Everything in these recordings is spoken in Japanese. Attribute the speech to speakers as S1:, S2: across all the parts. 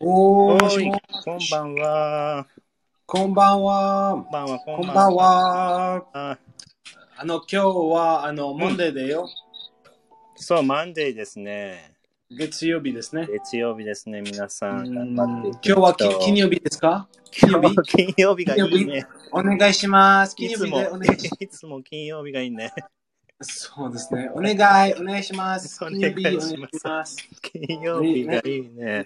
S1: お
S2: お
S1: ー
S2: い
S1: い、、
S2: こんばんは。
S1: こんばんは
S2: こん。ばんは、こ
S1: こんばん。は。
S2: あ
S1: あの、今日は、あの、モンデーだよ。
S2: そう、マンデーですね。
S1: 月曜日ですね。
S2: 月曜日ですね、皆さ。
S1: うんん
S2: 頑張ってい
S1: 今日は
S2: きましょう
S1: き金曜日ですか金曜日
S2: 今日は金曜日がいいね。
S1: お願いします。金
S2: い
S1: 曜
S2: つ
S1: 日
S2: も
S1: でお願いし、
S2: いつも金曜日がいい ね。
S1: そうですね。お願い、お願いします。
S2: お
S1: 金
S2: 願
S1: 曜
S2: い
S1: 日
S2: し
S1: お願い
S2: ます
S1: します。
S2: 金曜日がいいね。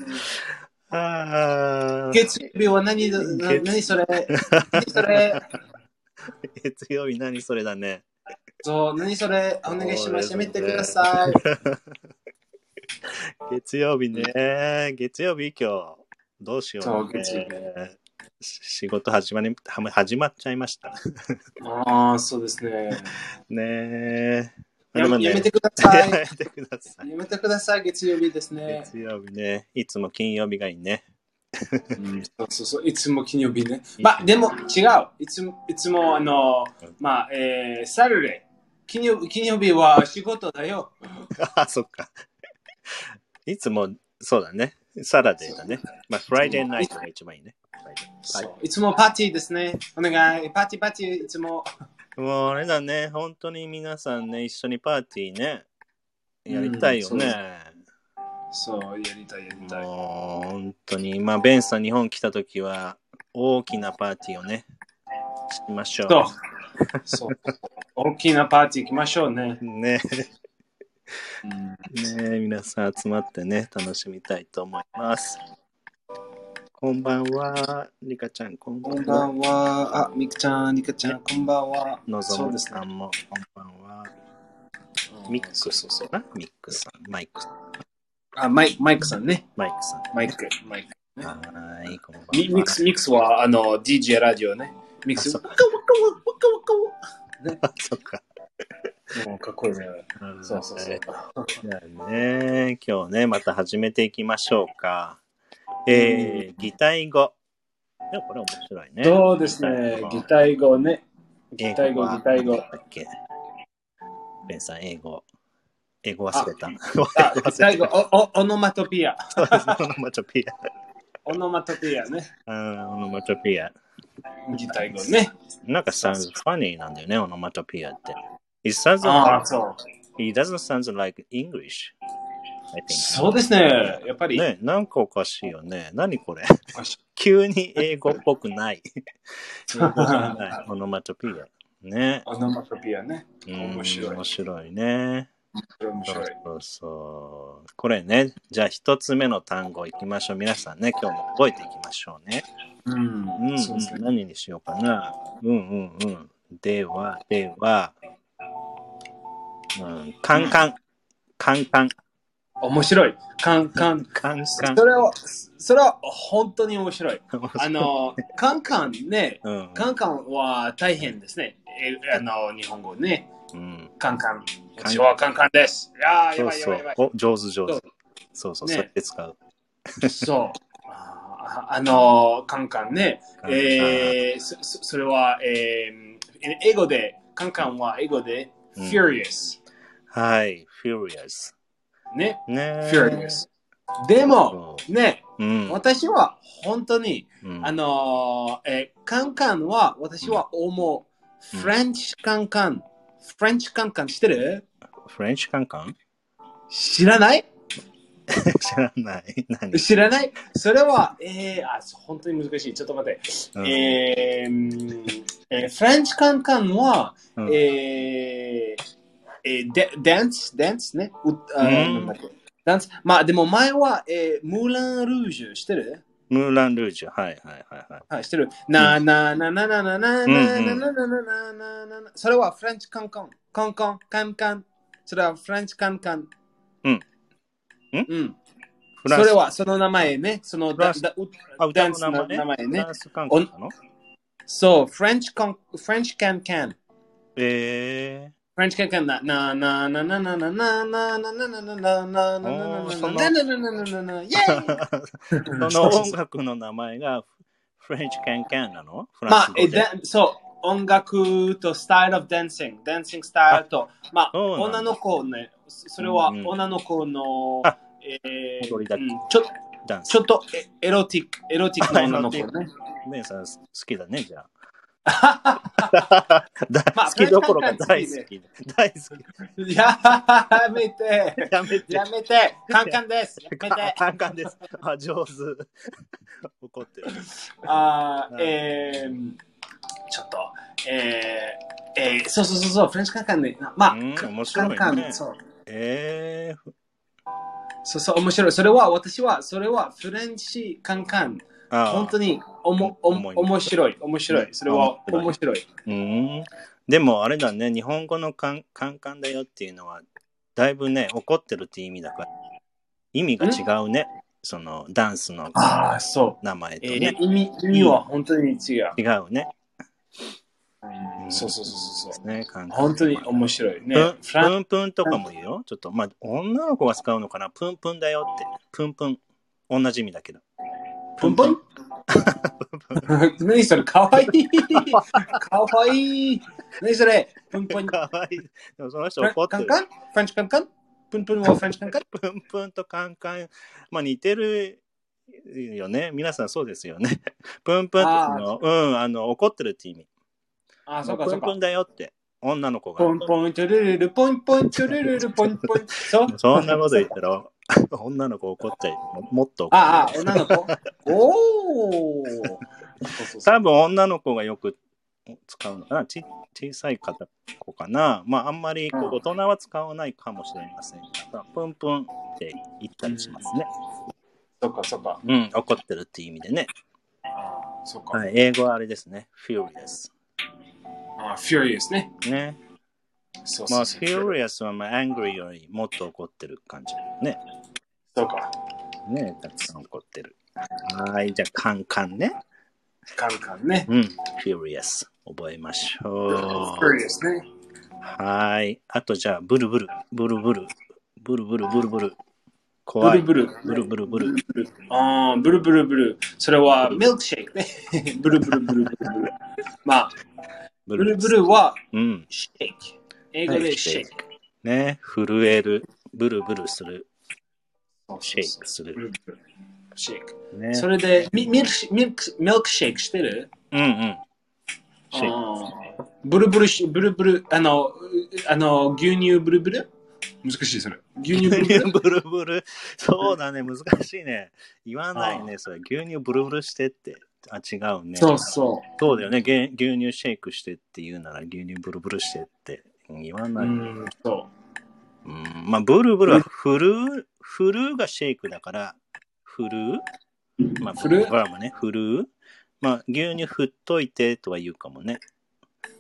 S2: ああ。
S1: 月曜日は何だ、な
S2: 月
S1: 何それ何それ
S2: 月曜日何それだね。
S1: そう、何それお願いします。
S2: そ
S1: や
S2: う
S1: めて
S2: ですね
S1: ください。
S2: 月曜日ね。月曜日今日。どうしよう、ね。
S1: そう月曜日
S2: 仕事始まり、は始まっちゃいました。
S1: ああ、そうですね。
S2: ねえ。
S1: や
S2: でもね
S1: やめてくだ さい。
S2: やめてください。
S1: やめてください、月曜日ですね。
S2: 月曜日ね。いつも金曜日がいいね。
S1: うんそうそうそう、いつも金曜日ね。
S2: い
S1: まあ、でも違う。いつも、いつもあの、まあ、えー、サルレ。金曜金曜日は仕事だよ。
S2: あ、そっか。いつも、そうだね。サラデーだね。まあ、フライデーナイトが一番いいね。
S1: そういつもパーティーですね。お願い。パーティーパーティー、いつも。
S2: もうあれだね。本当に皆さんね、一緒にパーティーね。やりたいよ
S1: うんそう
S2: ね。
S1: そう、やりたい、やりたい。
S2: もう本当に、まあ、ベンさん日本来た時は大きなパーティーをね、しましょ
S1: そう。そう。大きなパーティー行きましょうね。
S2: う。ね
S1: うん
S2: ねえ、皆さん集まってね、楽しみたいと思います。こんばんは、リカちゃん、こんば
S1: こん
S2: ん
S1: ば
S2: は。
S1: んは。あ、みくちゃん、りかちゃん、こんばんは。
S2: のぞ
S1: そう
S2: む
S1: です
S2: さ
S1: ね
S2: ん。も、こんばんは。ミック
S1: そ
S2: ス
S1: うそうそう。
S2: あミックさん、マイクさん、
S1: あ、マイマイクさんね。
S2: マイクさん。
S1: マイク、マイク。
S2: はーい、こんばんは。
S1: ミミックス、ミックスはあの DJ ラジオね。ミックス。
S2: あそ
S1: わ
S2: う
S1: かわか
S2: あそっか。
S1: わもうかっこいいね。そうそうそう。
S2: じゃあね、今日ね、また始めていきましょうか。えー、擬態語。いや、これ面白いね。
S1: そうですね。擬態語ね。
S2: 英
S1: 擬態
S2: 語
S1: 語、
S2: は
S1: 擬態語
S2: なん。だっけベンさん、英語。英語忘れた。 忘
S1: あ、擬態
S2: れ
S1: 語
S2: た。、
S1: お、お、オノマトピア。
S2: そうですねオノマトピ
S1: オノマトピアね。
S2: ア。うん、オノマトピア。
S1: 擬態語ね。
S2: なんか sounds funny なんだよね、オノマトピアって。It sounds
S1: あ
S2: like,
S1: あ、そう。
S2: it doesn't sound like English, I think.
S1: そうですね。やっぱり、
S2: ね、なんかおかしいよね。何これ
S1: おかしい
S2: 急に英語っぽく ない。英語じゃない、オノマトピア。ね。
S1: オノマトピアね。
S2: うん
S1: 面白い
S2: 面白いね。
S1: 面
S2: そ
S1: 白
S2: う
S1: い。
S2: そうそう。これね、じゃあ一つ目の単語いきましょう。皆さんね、今日も覚えていきましょうね。
S1: うん
S2: うん、うん
S1: そうですね。
S2: 何にしようかな。うんうんうん。では、では、うん、カンカン、カンカン、
S1: 面白い。カンカン。
S2: カンカン
S1: そ。れを、それは本当に面白い。あの、カンカンね。
S2: うん、
S1: カンカンは大変ですね。えあの日本語ね。
S2: うん、
S1: カンカン。
S2: カン
S1: 私はカンカンです。あーや
S2: そう
S1: ばいや
S2: そ
S1: ばいや
S2: う
S1: ばい。。
S2: お、上手上手。そうそう、
S1: ね
S2: それで使う。
S1: そう。あーあの、カンカンね。
S2: カンカン
S1: えー、そそそれは、えー、英語で、カンカンは英語で、
S2: うん
S1: furious。
S2: はい、furious。
S1: ね。
S2: ね。
S1: furious。でも、
S2: そ
S1: ね、
S2: う、うん、
S1: 私は本当に、
S2: うん
S1: あの、えーカンカンは私は思う。
S2: うん
S1: フレンチカンカン。フレンチカンカンしてる
S2: フレンチカンカン
S1: 知らない
S2: 知らない。何、
S1: 知らないそれは、えー、あ、本当に難しい。ちょっと待って。
S2: うん
S1: えーうんえーフレンチカンカンは、
S2: うん
S1: えーえーでダンス、ダンスね。うあ
S2: うん
S1: なんだっけダンス。まあ、でも前は、えー、ムーラン・ルージュしてる
S2: ムーラン・ルージュ。はいはいはい。はい
S1: はい、してる。ななななななななな
S2: うんう
S1: なんなななななそれはフレンチカンカン。カンカン、カンカン。それはフレンチカンカン。
S2: うん。ん
S1: うん。
S2: フラン
S1: そ
S2: ス
S1: れはその名前ね。その
S2: フラ
S1: ダ
S2: ンス
S1: ダうダ
S2: あ、歌
S1: ン
S2: の
S1: ス
S2: 名
S1: の
S2: 前ね。
S1: 名前
S2: フ
S1: ね
S2: ラン。ス韓国なの
S1: そう、フレンチカン、フレンチカンカン。
S2: え
S1: フレンチカンカンな、な、な、な、な、な、な、な、な、な、な、な、な、な、な、な、な、な、な、な、な、な、な、な、イェイ
S2: ー、その音楽の名前がフレンチカンカンなのフラン
S1: ま
S2: ス
S1: あ、
S2: 語
S1: え、
S2: で。
S1: だそう、音楽とスタイルオブダンシング、ダンシングスタイルと、まあ、
S2: そうなんだ
S1: 女の子ね、それは
S2: うんうん
S1: 女の子の
S2: あ、
S1: えー、
S2: 踊りだっけ
S1: うんちょ
S2: ダンス
S1: ち。ょっとエエロティック、エロティックな女の子ね。
S2: メンさん好きだね、じ ゃあ。大好きどころか大好き。大好
S1: やめて
S2: き。やめて
S1: や。めてカンカンですやめて
S2: カンカンです。あ、上手。怒ってる。
S1: あーえー、ちょっと、えー、えー、そうそうそうそう、フレンチカンカンで、まあ、
S2: うん
S1: カン
S2: 面白いね
S1: カンカンそう
S2: えー、
S1: そうそう、面白い。それは、私は、それはフレンチカンカン、
S2: あー
S1: 本当におもおも
S2: 重い
S1: 面白い、面白い。それは面
S2: 面
S1: 白い。
S2: うーん。でもあれだね、日本語のカンカンカンだよっていうのは、だいぶね、怒ってるって意味だから、意味が違うね。そのダンスの
S1: ああ、そう。
S2: 名前と
S1: えー
S2: ね。
S1: 意味意味は本当に違う。
S2: 違うね。ん
S1: そうそうそうそう。
S2: ね、カンカン
S1: 本当に面白いね。
S2: プン
S1: フラン
S2: プンプンとかも言うよ。ちょっと、まあ、女の子が使うのかな。プンプンだよって。プンプン。同じ意味だけど。
S1: プンプン何それかわいいかわいい何それプンプン
S2: かわいい。でもその人怒って
S1: カン
S2: る。
S1: カンフレンチカンカンプンプンはフレンチカンカン
S2: プンプンとカンカン。まあ似てるよね。皆さんそうですよね。 プンプンってその、うん、あの、怒ってるって意味。
S1: あ、そうか
S2: プ
S1: そう
S2: ン
S1: か
S2: プ。ンだよって。女の子が
S1: ポ。ンポンチュルルルポンポンチュルルルポンポン。そう
S2: そんなこと言ったら、 女の子怒ったり、ももっと怒る
S1: ああ、女の 子おお
S2: 多分女の子がよく使うのかなち小さい方子かなまああんまりこう
S1: うん
S2: 大人は使わないかもしれませんが、プンプンって言ったりしますね。
S1: そうかそうか。
S2: うん、怒ってるっていう意味でね。
S1: あーそうか
S2: は。い、英語はあれですね。furious。
S1: あー、furious ね。
S2: ね。
S1: そう
S2: ま
S1: そ
S2: あ
S1: うそう。furious
S2: furious はまあ angry よりもっと怒ってる感じだよね。
S1: そうか。
S2: ね、たくさん怒ってる。はい、じゃあカンカンね。
S1: カンカンね。
S2: うん、furious。覚えましょう。
S1: furious ね。
S2: はーい。あとじゃあ、ブルブル、ブルブル、ブルブル、ブルブル。
S1: ブ
S2: 怖い。
S1: ルブル。
S2: ブルブル、ブル。
S1: ああ、ブルブルブル。それはミルクシェイクね。 ブルブルブルブルブル。まあ、
S2: ブ
S1: ブルブ。ルは
S2: うん。
S1: シェイク。英語でシェイク。
S2: ね。震える。ブルブルする。シェイクす
S1: ブ
S2: る。
S1: ルブル。シェイク。
S2: ね。
S1: それでミミルクシミルクミルクシェイクしてる
S2: うんうん。 シェイク。
S1: あーブルブルし、ブルブル、あの、うあの、牛乳ブルブル難しいそれ。牛乳ブルブ
S2: 牛
S1: ル
S2: 乳ブルブル。そうだね。難しいね。言わないね。それ。牛乳ブルブルしてって。あ、違うね。
S1: そうそ
S2: そうだよね。げ牛乳シェイクしてって言うなら、牛乳ブルブルしてって言わ
S1: う。
S2: な
S1: う
S2: いね。
S1: ん、そ
S2: うんまあ、ブルブルはフルー、フルーがシェイクだから、フルーまあ、
S1: フルー
S2: 僕らもね、フルーまあ、牛乳振っといてとは言うかもね。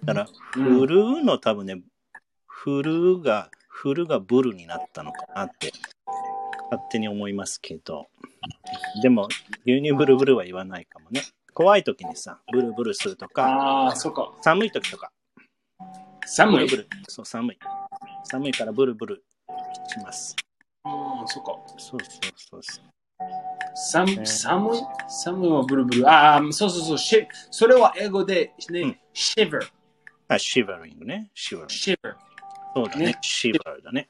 S2: だから、
S1: う。
S2: フルーの多分ね、フルーが、フルーがブルになったのかなって、勝手に思いますけど。でも、牛乳ブルブルは言わないかもね。怖い時にさ、ブルブルするとか、
S1: ああ、そっか。
S2: 寒い時とか、ブ
S1: 寒
S2: ル
S1: い
S2: ブ。ル、そう、寒い。寒いからブルブルします。
S1: ああ、そっか。
S2: そうそうそうそう。
S1: 寒
S2: ね
S1: 寒い寒いはブルブル。ああ、そうそうそう。しそれは英語で、ね
S2: うん
S1: shiver,
S2: あ、シバリングね。シバリング。
S1: shiver。
S2: そうだね
S1: ね。
S2: シバルだね。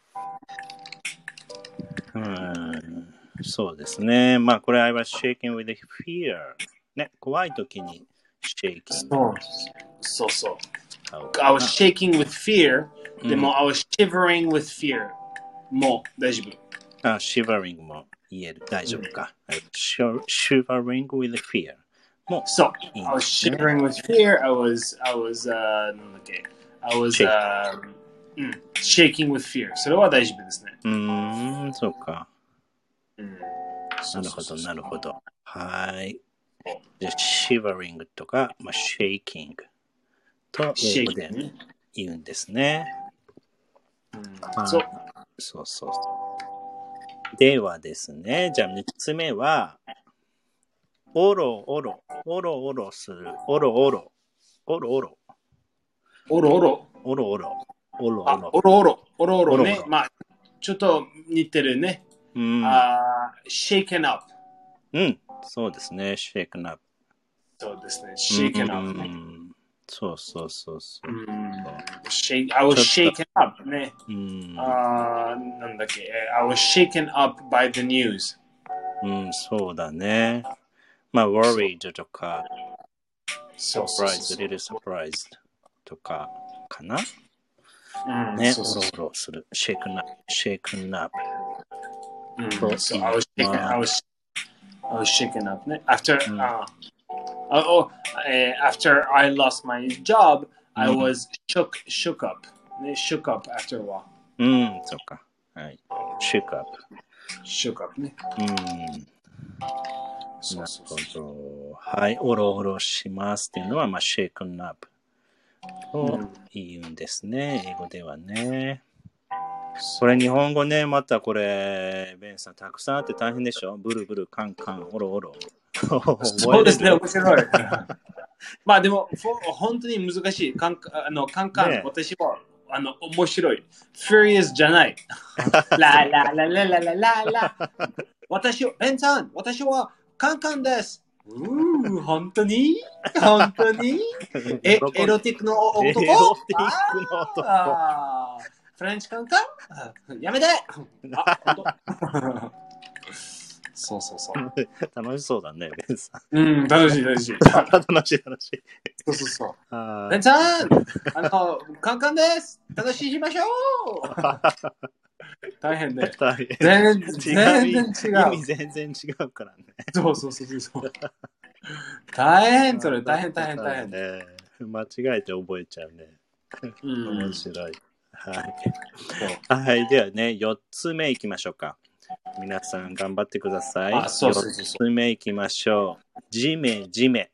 S2: うーん。そうですね。まあ、これ、I was shaking with fear. ね、怖い時に shaking.
S1: そうそうそう。
S2: 使う
S1: I
S2: かな
S1: was shaking with fear、
S2: うん
S1: でも I was shivering with fear。もう大丈夫。
S2: あ、シバリングも言える。大丈夫か。シュバリング with fear. も
S1: そう。
S2: いい
S1: I was
S2: ですね
S1: shivering with fear. I was, I was, uh, なんだっけ。I was,
S2: Shake.
S1: uh, うん shaking with fear. それは大丈夫ですね。
S2: う。うーん、そうか。
S1: うん
S2: なるほど、なるほ。ど。はい。で、shivering とか、まあ、shaking と英語
S1: shaking
S2: で
S1: ね。
S2: 言うんですね。
S1: うんそう。
S2: そうそうそう。ではですね、じゃあ3つ目は、おろおろ、おろおろする、おろおろ、おろおろ、
S1: おろおろ。
S2: おろおろ、おろ
S1: あ
S2: お、ろ。
S1: おろおろ、おろおろ
S2: おろ
S1: ね
S2: お。ろ
S1: まあ、ちょっと似てるね。
S2: うん、
S1: あー shaken up。
S2: うん、そうですね、shaken up。
S1: そうですね。shaken
S2: う
S1: up ね。
S2: ん、そうそうそうそうう。
S1: ん shake, I was
S2: ちょ
S1: shaken up ね。
S2: うん、
S1: あーなんだっけ。えー I was shaken up by the news.
S2: うん、そうだね。まあ、worried とか、
S1: そうそうそ
S2: surprised,
S1: う
S2: little surprised とかかな
S1: うん
S2: ね、
S1: そうそう
S2: おろおろする。shaken up, shaken up.
S1: うんそう I was shaken, I was, I was shaken up ね。After,、
S2: うん
S1: uh, oh, oh, えー after I lost my job, I
S2: うん
S1: was shook, shook up. ね、shook up after a while.
S2: うん、そうか。はい。shook up.
S1: shook up ね。
S2: うん。
S1: そう
S2: なる
S1: そうそ
S2: ほ
S1: う。
S2: ど。はい。おろおろしますっていうのは、まあ、shaken up と言うんですね。英語ではね。これ日本語ね、またこれ、ベンさん、たくさんあって大変でしょブルブル、カンカン、おろおろ。
S1: そうですね、面白い。 まあでも、ほ本当に難しい。カンカンあのカンカン、
S2: ね
S1: 私はあの面白い。Furious じゃ ない。ララララララララ。私、ベンさん、私はカンカンです。うー、本当に本当 に
S2: 覚え
S1: え
S2: れる
S1: エロティックの男
S2: エロティ ックの男
S1: あーフレンチカンカンあやめてあ、本当 そうそうそう。
S2: 楽しそうだね、ベンさん。
S1: うん、楽しい楽しい。
S2: 楽しい、楽しい。
S1: そうそうそう。
S2: あ
S1: ベンさん、あの、カンカンです。楽しいしましょう。 大変ね。
S2: ー大変
S1: 全然
S2: 違
S1: 全然
S2: う意
S1: 違
S2: 味
S1: う。
S2: 全然違うからね。
S1: そうそうそうそう。大変それ、大変大変大変。
S2: ね。間違えて覚えちゃうね。
S1: うん
S2: 面、白い。はい。はい。ではね、4つ目いきましょうか。皆さん頑張ってください。
S1: あそうそうそう
S2: 4つ目いきましょう。じめじめ。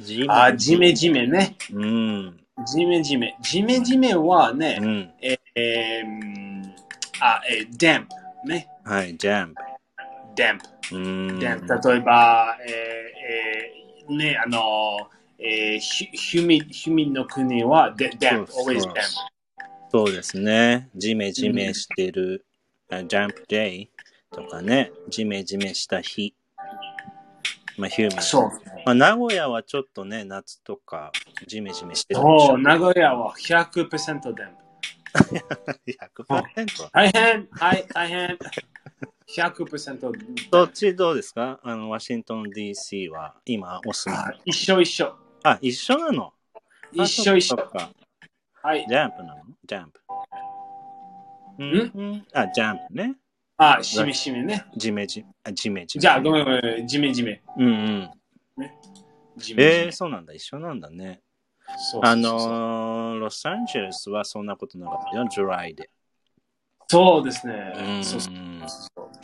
S2: じめ。
S1: あ、ジメジメね。
S2: うん。
S1: ジメジメ。ジメジメはね、
S2: うん。
S1: えーえーうんあ、えー、ダンプ。ね。
S2: はい。ジャン
S1: ダンプ。
S2: プ。うん。
S1: ダンプ。例えば、えーえーね、あの、えー、ヒュヒュミ、ヒュミンの国は、ダンプ。
S2: そうそう
S1: always ダンプ。
S2: そうですね。じめじめしてる、あジャンプデイとかね、じめじめした日。まあ、ヒューマン。
S1: そう。
S2: まあ、名古屋はちょっとね、夏とか、じめじめしてるでし
S1: そ
S2: ょ
S1: う、名古屋は100%で。
S2: 100%。
S1: 大変はい、大変 !100%
S2: どっちどうですかあの、ワシントン DC は、今、お住まい。
S1: 一緒一緒。
S2: あ、一緒なの
S1: 一緒一緒
S2: あそ。っか
S1: はい。
S2: ジャンプなのジャンプ。うんんあ、ジャンプね。
S1: あ、しめしめね。
S2: じめじめ、あじめじめ。
S1: じゃあ、ごめんごめん。じめじめ。
S2: うんうん。
S1: じめじ
S2: えー、
S1: め。
S2: そうなんだ。一緒なんだね。
S1: そうそうそう
S2: あのーロサンゼルスはそんなことなかったよ、ジュライで。
S1: そうです
S2: う
S1: ね。
S2: ん
S1: そうそ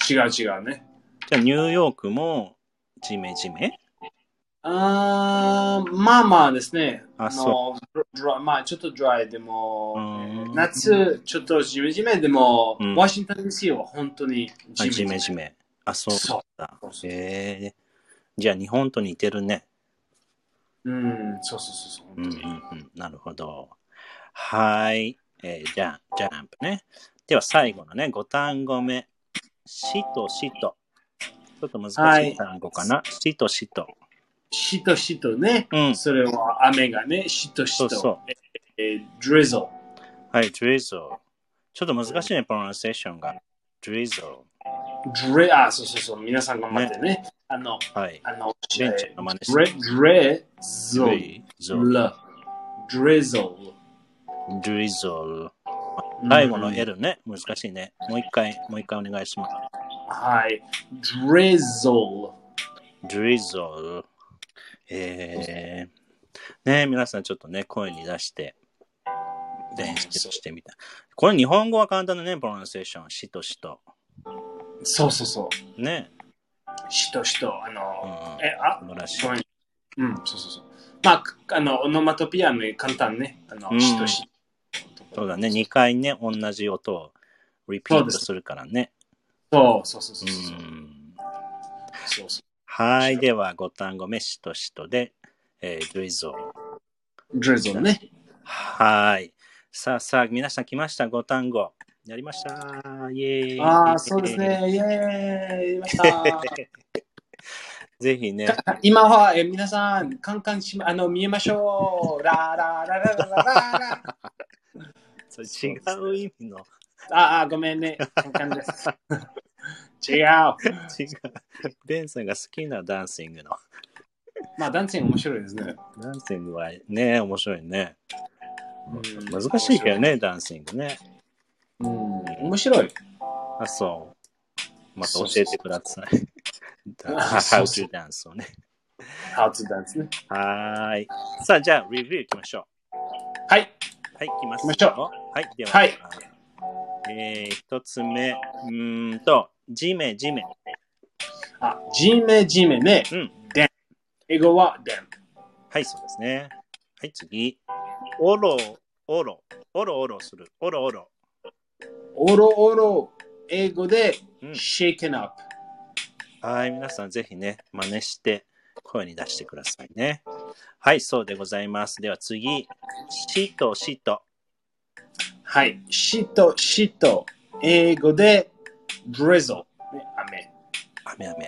S2: じ
S1: うそう違う違うね。
S2: ゃあ、ニューヨークもジメジメ
S1: あーまあまあですね。
S2: あ
S1: のドラまあちょっとドライでも、
S2: うん
S1: えー夏ちょっとじめじめでも、
S2: うん
S1: ワシントン DC は本当にじ
S2: あ
S1: め
S2: ジ
S1: じめ
S2: メ。ジメ。あ、そう
S1: そう
S2: だ
S1: そう。そう
S2: えー、じゃあ、日本と似てるね。
S1: うん、そうそうそうそう。
S2: うん
S1: 本
S2: う
S1: 当
S2: ん
S1: に
S2: うん。なるほど。はい。えー、ジャンジャンプね。では、最後のね、5単語目。しとしと。ちょっと
S1: は
S2: 難しい
S1: い
S2: 単語かな。しとしと。
S1: しとしとね。
S2: うん。
S1: それは雨がね、しとし
S2: そ
S1: と。
S2: うそう。
S1: えー、drizzle。
S2: はい、drizzle。ちょっと難しいね、プロナンセーションが。drizzle。
S1: dri あ、そうそうそう。皆さん頑張ってね。あの、
S2: はい。
S1: あの、
S2: ベンチの真似して
S1: dri- drizzle。
S2: drizzle。
S1: drizzle。
S2: drizzle。
S1: うん
S2: 最後の L ね、難しいね。もう一回、もう一回お願いします。
S1: はい。drizzle。
S2: drizzle。えー。ね皆さんちょっとね、声に出して練習してみた。これ日本語は簡単だね、プロナンセーション。しとしと。
S1: そうそうそ
S2: ね。
S1: う。しとしと。あ
S2: うん
S1: の、
S2: うん。
S1: え、あ
S2: 素、晴らしい
S1: ご。めん。うん、そうそうそう。まあ、あの、オノマトピアの簡単ね。あ
S2: う
S1: の、
S2: ん
S1: しとしと。
S2: そうだね、2回ね、同じ音をリピートするからね。
S1: そうそうそう
S2: う
S1: そうそう。
S2: ん。
S1: そうそ
S2: はい、では、ご単語目、しとしとで、えー、ドイゾ
S1: う。drizzle ね。
S2: はい。さあさあ、皆さん来ました、ご単語。やりました。イエーイ。
S1: ああ、そうです。ね。イエーイやりました。
S2: ぜ ひね、
S1: 今は、え皆さん、カンカンしま、あの、見えましょう。ララララララララ。
S2: そう違う意味の。
S1: ああ、ごめんね。カンカンです。違う。
S2: 違う。ベンさんが好きなダンシングの。
S1: まあ、ダンシング面白いですね。
S2: ダンシングはね、面白いね。
S1: うん
S2: 難しいけどね、ダンシングね。
S1: うん、面白い。
S2: あ、そう。また
S1: そ
S2: 教
S1: うそう
S2: えてください。
S1: あそうそ
S2: How to dance をね。
S1: ハウツダンスね。
S2: はーい。さあ、じゃあ、レビューいきましょ
S1: はい。
S2: う。はい、いきま
S1: 行
S2: す
S1: きまし
S2: ょう。はい、では、
S1: はい
S2: えー、一つ目、うーんと、ジメジメ。
S1: あ、ジメジメね。
S2: うん。
S1: でん。英語はでん。
S2: はい、そうですね。はい、次。おろおろ。おろおろする。おろおろ。
S1: おろおろ。英語で
S2: うん
S1: shaken up。
S2: はい、皆さんぜひね、真似して声に出してくださいね。はい、そうでございます。では次、しとしと。
S1: はい。シトシト。英語で drizzle。ね、雨。
S2: 雨雨、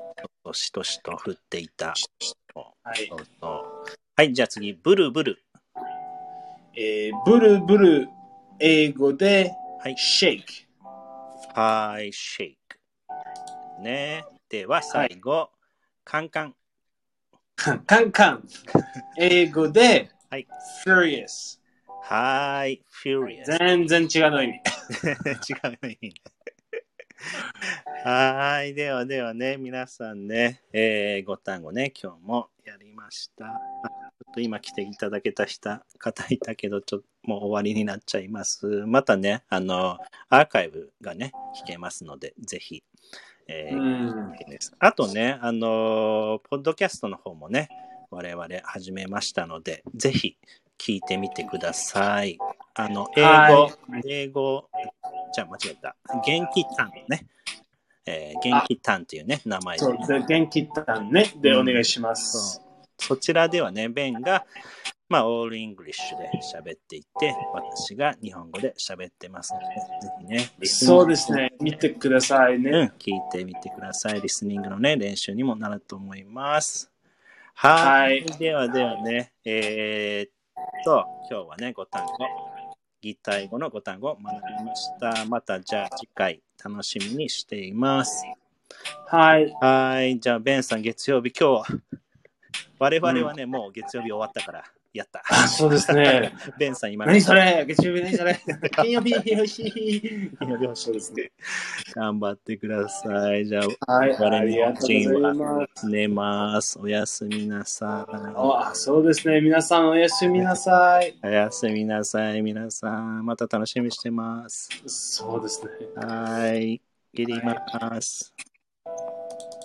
S2: しとしと降っていた。
S1: はい
S2: そ。うそうはい、じゃあ次、ブルブル。
S1: えー、ブルブル。英語で
S2: はい、
S1: shake。
S2: はい、シェイク。ね。では最後、カンカン。
S1: カンカン。英語で
S2: はい
S1: furious。
S2: はい、フューリアス。
S1: 全然違うの意味。
S2: 違う意味ね。はーい。ではではね、皆さんね、えー、ご単語ね、今日もやりました。あちょっと今来ていただけた人方いたけど、ちょっともう終わりになっちゃいます。またね、あの、アーカイブがね、聞けますので、ぜひ、えー
S1: うん。
S2: ですあとね、あのーポッドキャストの方もね、我々始めましたので、ぜひ聞いてみてください。あの、英語
S1: は、
S2: 英語、じゃあ間違えた。元気タンね。えー元気タンっていうね、名前で
S1: そう、で元気たんね。で、お願いします。
S2: そちらではね、ベンが、まあ、オールイングリッシュで喋っていて、私が日本語で喋ってますので、ぜひね、リスニング
S1: そうですね。見てください
S2: うん
S1: ね。、
S2: 聞いてみてください。リスニングのね、練習にもなると思います。は。
S1: はいい
S2: ではではね、えーっと、今日はね、ご単語、擬態語のご単語を学びました。またじゃあ次回楽しみにしています。
S1: はい。
S2: はい。じゃあ、ベンさん、月曜日、今日は、我々はね、もう月曜日終わったから、やった。
S1: あそうですね。
S2: ベンさん、今、
S1: 何それ月曜日何そ れ金曜日よし金曜日はそうですね。
S2: 頑張ってください。じゃあ、
S1: はい。
S2: 我
S1: ありが
S2: 々の
S1: と
S2: チー
S1: う
S2: ム
S1: ござい
S2: は
S1: ます。
S2: 寝ます。おやすみなさい。
S1: あそうですね。皆さんおやすみなさい。
S2: おやすみなさい、皆さん。また楽しみにしてます。
S1: そうですね。
S2: はーい。切ります。